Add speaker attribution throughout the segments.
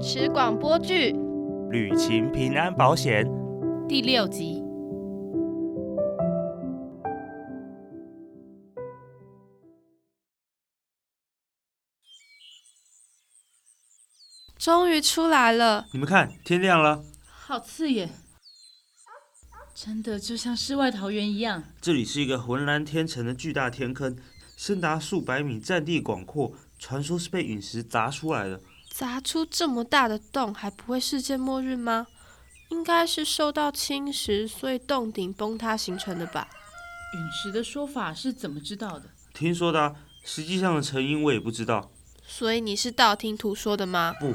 Speaker 1: 吃广播剧
Speaker 2: 旅行平安保险，
Speaker 3: 第六集。
Speaker 1: 终于出来了，
Speaker 2: 你们看，天亮了，
Speaker 3: 好刺眼，真的就像世外桃源一样。
Speaker 2: 这里是一个浑然天成的巨大天坑，深达数百米，占地广阔，传说是被陨石砸出来的。
Speaker 1: 砸出这么大的洞，还不会世界末日吗？应该是受到侵蚀，所以洞顶崩塌形成的吧？
Speaker 3: 陨石的说法是怎么知道的？
Speaker 2: 听说的啊、实际上的成因我也不知道。
Speaker 1: 所以你是道听途说的吗？
Speaker 2: 不，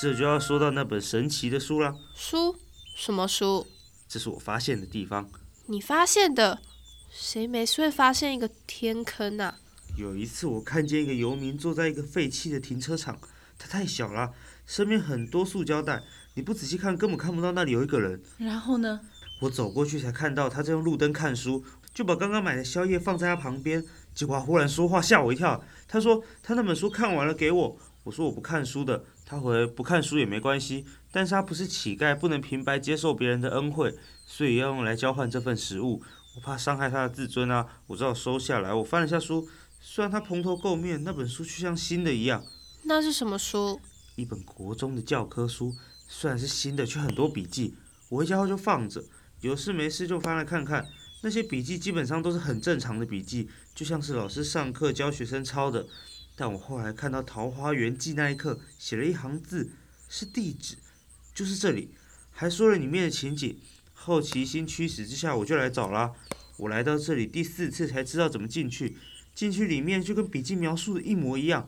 Speaker 2: 这就要说到那本神奇的书啦。
Speaker 1: 书？什么书？
Speaker 2: 这是我发现的地方。
Speaker 1: 你发现的？谁没事会发现一个天坑啊？
Speaker 2: 有一次，我看见一个游民坐在一个废弃的停车场，他太小了，身边很多塑胶袋，你不仔细看根本看不到那里有一个人。
Speaker 3: 然后呢？
Speaker 2: 我走过去才看到他在用路灯看书，就把刚刚买的宵夜放在他旁边。结果他忽然说话吓我一跳，他说他那本书看完了给我。我说我不看书的，他回不看书也没关系，但是他不是乞丐，不能平白接受别人的恩惠，所以要用来交换这份食物。我怕伤害他的自尊啊，我只好收下来。我翻了下书，虽然他蓬头垢面，那本书却像新的一样，
Speaker 1: 那是什么书？
Speaker 2: 一本国中的教科书，虽然是新的，却很多笔记。我回家后就放着，有事没事就翻来看看。那些笔记基本上都是很正常的笔记，就像是老师上课教学生抄的。但我后来看到《桃花源记》那一刻，写了一行字，是地址，就是这里，还说了里面的情景。好奇心驱使之下，我就来找啦。我来到这里第四次才知道怎么进去，进去里面就跟笔记描述的一模一样。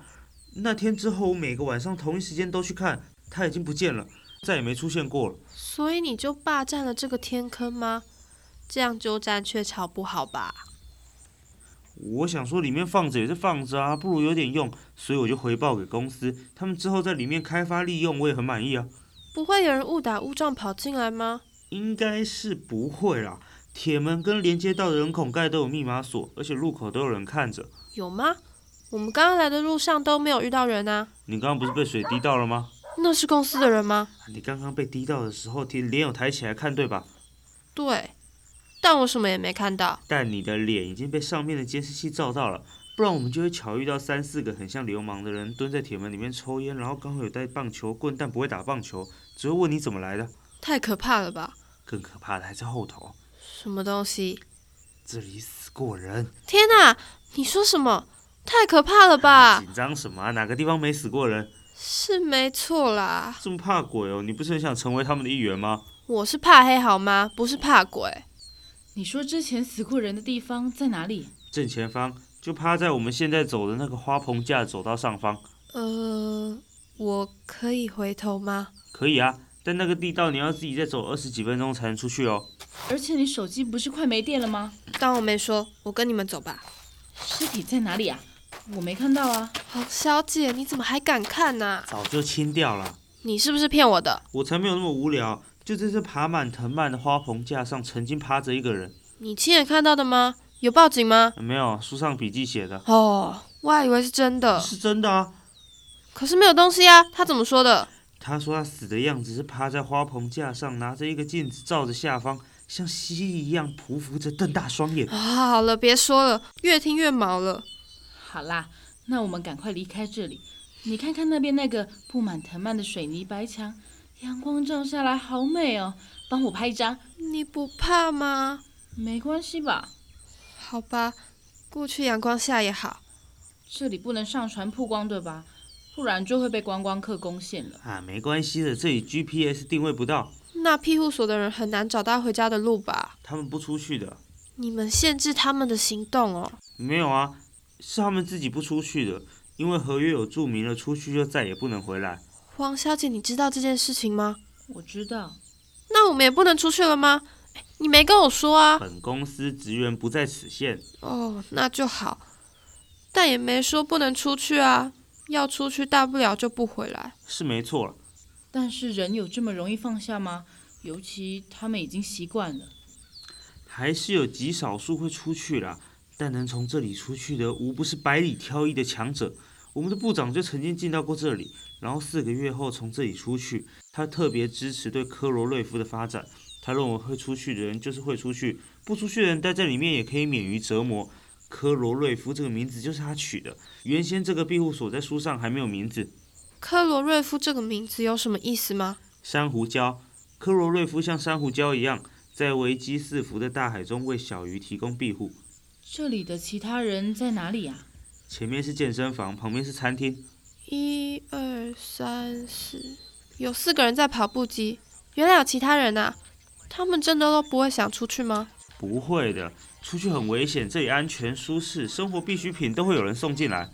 Speaker 2: 那天之后，我每个晚上同一时间都去看，它已经不见了，再也没出现过了。
Speaker 1: 所以你就霸占了这个天坑吗？这样鸠占鹊巢不好吧？
Speaker 2: 我想说里面放着也是放着啊，不如有点用，所以我就回报给公司，他们之后在里面开发利用，我也很满意啊。
Speaker 1: 不会有人误打误撞跑进来吗？
Speaker 2: 应该是不会啦，铁门跟连接到的人孔盖都有密码锁，而且入口都有人看着。
Speaker 1: 有吗？我们刚刚来的路上都没有遇到人啊。
Speaker 2: 你刚刚不是被水滴到了吗？啊
Speaker 1: 那是公司的人吗？
Speaker 2: 你刚刚被滴到的时候，脸脸有抬起来看对吧？
Speaker 1: 对，但我什么也没看到。
Speaker 2: 但你的脸已经被上面的监视器照到了，不然我们就会巧遇到三四个很像流氓的人蹲在铁门里面抽烟，然后刚好有带棒球棍，但不会打棒球，只会问你怎么来的。
Speaker 1: 太可怕了吧？
Speaker 2: 更可怕的还在后头，
Speaker 1: 什么东西？
Speaker 2: 这里死过人。
Speaker 1: 天哪！你说什么？太可怕了吧？
Speaker 2: 紧张什么啊？哪个地方没死过人？
Speaker 1: 是没错啦，
Speaker 2: 这么怕鬼哦？你不是很想成为他们的一员吗？
Speaker 1: 我是怕黑好吗？不是怕鬼。
Speaker 3: 你说之前死过人的地方在哪里？
Speaker 2: 正前方就趴在我们现在走的那个花棚架走到上方，
Speaker 1: 呃，我可以回头吗？
Speaker 2: 可以啊。但那个地道你要自己再走二十几分钟才能出去哦。
Speaker 3: 而且你手机不是快没电了吗？
Speaker 1: 当我没说，我跟你们走吧。
Speaker 3: 尸体在哪里啊？我没看到啊。
Speaker 1: 好，小姐，你怎么还敢看呐、
Speaker 2: 早就清掉了。
Speaker 1: 你是不是骗我的？
Speaker 2: 我才没有那么无聊。就在这爬满藤蔓的花棚架上，曾经趴着一个人。呃
Speaker 1: 你亲眼看到的吗？有报警吗？
Speaker 2: 没有，书上笔记写的
Speaker 1: 哦，我还以为是真的，
Speaker 2: 是真的啊。
Speaker 1: 可是没有东西啊。他怎么说的？
Speaker 2: 他说他死的样子是趴在花棚架上，拿着一个镜子照着下方，像蜥蜴一样匍匐着，瞪大双眼。
Speaker 1: 啊，好了，别说了，越听越毛了。
Speaker 3: 好啦，那我们赶快离开这里。你看看那边那个布满藤蔓的水泥白墙，阳光照下来好美哦。帮我拍一张，
Speaker 1: 你不怕吗？
Speaker 3: 没关系吧？
Speaker 1: 好吧，过去阳光下也好。
Speaker 3: 这里不能上传曝光对吧？不然就会被观光客攻陷了。
Speaker 2: 啊，没关系的，这里 GPS 定位不到，
Speaker 1: 那庇护所的人很难找到回家的路吧？
Speaker 2: 他们不出去的。
Speaker 1: 你们限制他们的行动哦。
Speaker 2: 没有啊，是他们自己不出去的，因为合约有注明了，出去就再也不能回来。
Speaker 1: 黄小姐，你知道这件事情吗？
Speaker 3: 我知道，
Speaker 1: 那我们也不能出去了吗？哎你没跟我说啊。
Speaker 2: 本公司职员不在此限。
Speaker 1: 哦，那就好，但也没说不能出去啊。要出去，大不了就不回来。
Speaker 2: 是没错了，
Speaker 3: 但是人有这么容易放下吗？尤其他们已经习惯了。
Speaker 2: 还是有极少数会出去啦，但能从这里出去的，无不是百里挑一的强者。我们的部长就曾经进到过这里，然后四个月后从这里出去。他特别支持对科罗瑞夫的发展，他认为会出去的人就是会出去，不出去的人待在里面也可以免于折磨。科罗瑞夫这个名字就是他取的，原先这个庇护所在书上还没有名字。
Speaker 1: 科罗瑞夫这个名字有什么意思吗？
Speaker 2: 珊瑚礁，科罗瑞夫像珊瑚礁一样，在危机四伏的大海中为小鱼提供庇护。
Speaker 3: 这里的其他人在哪里啊呀、
Speaker 2: 前面是健身房，旁边是餐厅。
Speaker 1: 一二三四，有四个人在跑步机。原来有其他人啊，他们真的都不会想出去吗？
Speaker 2: 不会的，出去很危险，这里安全舒适，生活必需品都会有人送进来。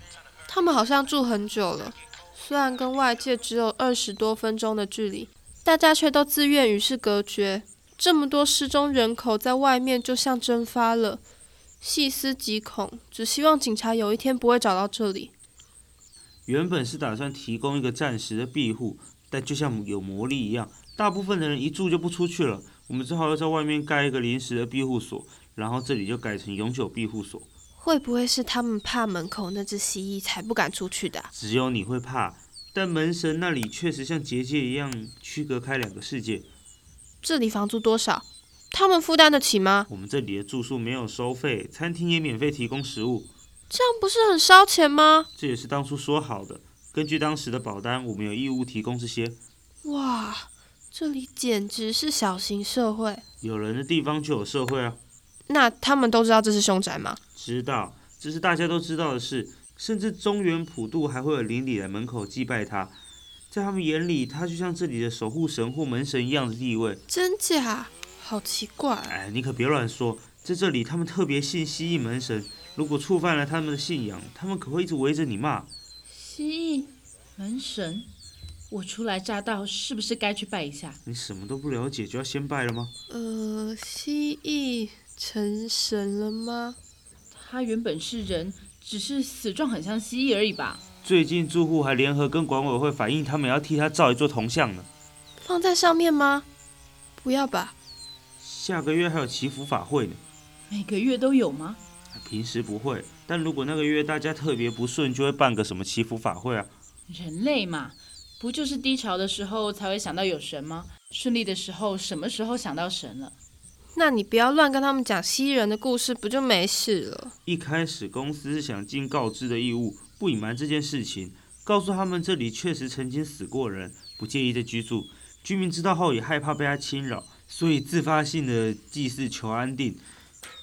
Speaker 1: 他们好像住很久了，虽然跟外界只有二十多分钟的距离，大家却都自愿与世隔绝。这么多失踪人口在外面就像蒸发了，细思极恐，只希望警察有一天不会找到这里。
Speaker 2: 原本是打算提供一个暂时的庇护，但就像有魔力一样，大部分的人一住就不出去了。我们只好又在外面盖一个临时的庇护所，然后这里就改成永久庇护所。
Speaker 1: 会不会是他们怕门口那只蜥蜴才不敢出去的啊、
Speaker 2: 只有你会怕，但门神那里确实像结界一样区隔开两个世界。
Speaker 1: 这里房租多少？他们负担得起吗？
Speaker 2: 我们这里的住宿没有收费，餐厅也免费提供食物，
Speaker 1: 这样不是很烧钱吗？
Speaker 2: 这也是当初说好的。根据当时的保单，我们有义务提供这些。
Speaker 1: 哇，这里简直是小型社会。
Speaker 2: 有人的地方就有社会啊。
Speaker 1: 那他们都知道这是凶宅吗？
Speaker 2: 知道，这是大家都知道的事。甚至中原普渡还会有邻里来门口祭拜他，在他们眼里，他就像这里的守护神或门神一样的地位。
Speaker 1: 真假？好奇怪啊、
Speaker 2: 哎，你可别乱说，在这里他们特别信蜥蜴门神，如果触犯了他们的信仰，他们可会一直围着你骂。
Speaker 3: 蜥蜴门神，我初来乍到，是不是该去拜一下？
Speaker 2: 你什么都不了解就要先拜了吗？
Speaker 1: 呃，蜥蜴成神了吗？
Speaker 3: 他原本是人，只是死状很像蜥蜴而已吧？
Speaker 2: 最近住户还联合跟管委会反映，他们要替他造一座铜像呢。
Speaker 1: 放在上面吗？不要吧。
Speaker 2: 下个月还有祈福法会呢。哎
Speaker 3: 每个月都有吗？
Speaker 2: 平时不会，但如果那个月大家特别不顺，就会办个什么祈福法会啊。
Speaker 3: 人类嘛，不就是低潮的时候才会想到有神吗？顺利的时候，什么时候想到神了？
Speaker 1: 那你不要乱跟他们讲蜥蜴人的故事，不就没事了？
Speaker 2: 一开始公司是想尽告知的义务，不隐瞒这件事情，告诉他们这里确实曾经死过人，不介意再居住。居民知道后也害怕被他侵扰，所以自发性的祭祀求安定。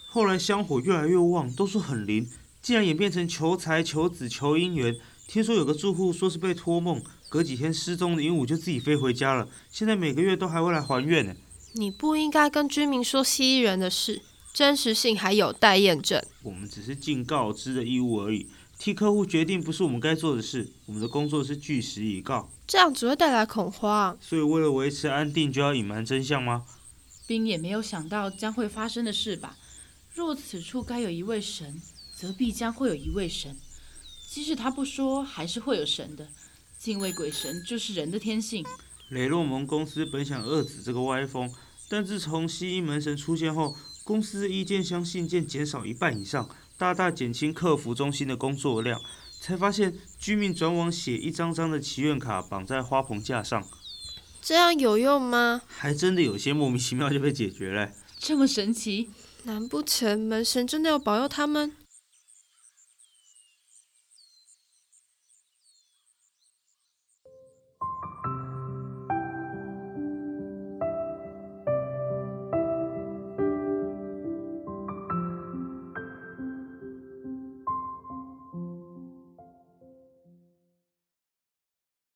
Speaker 2: 后来香火越来越旺，都说很灵，竟然演变成求财、求子、求姻缘。听说有个住户说是被托梦，隔几天失踪的鹦鹉就自己飞回家了，现在每个月都还会来还愿呢。
Speaker 1: 你不应该跟居民说蜥蜴人的事，真实性还有待验证。
Speaker 2: 我们只是尽告知的义务而已，替客户决定不是我们该做的事。我们的工作是据实以告，
Speaker 1: 这样只会带来恐慌。
Speaker 2: 所以为了维持安定，就要隐瞒真相吗？
Speaker 3: 冰也没有想到将会发生的事吧？若此处该有一位神，则必将会有一位神。即使他不说，还是会有神的。敬畏鬼神就是人的天性。
Speaker 2: 雷洛蒙公司本想遏制这个歪风，但自从西医门神出现后，公司的意见相信件减少一半以上，大大减轻客服中心的工作量。才发现居民转网写一张张的祈愿卡绑在花棚架上，
Speaker 1: 这样有用吗？
Speaker 2: 还真的有些莫名其妙就被解决了、
Speaker 3: 这么神奇，
Speaker 1: 难不成门神真的要保佑他们？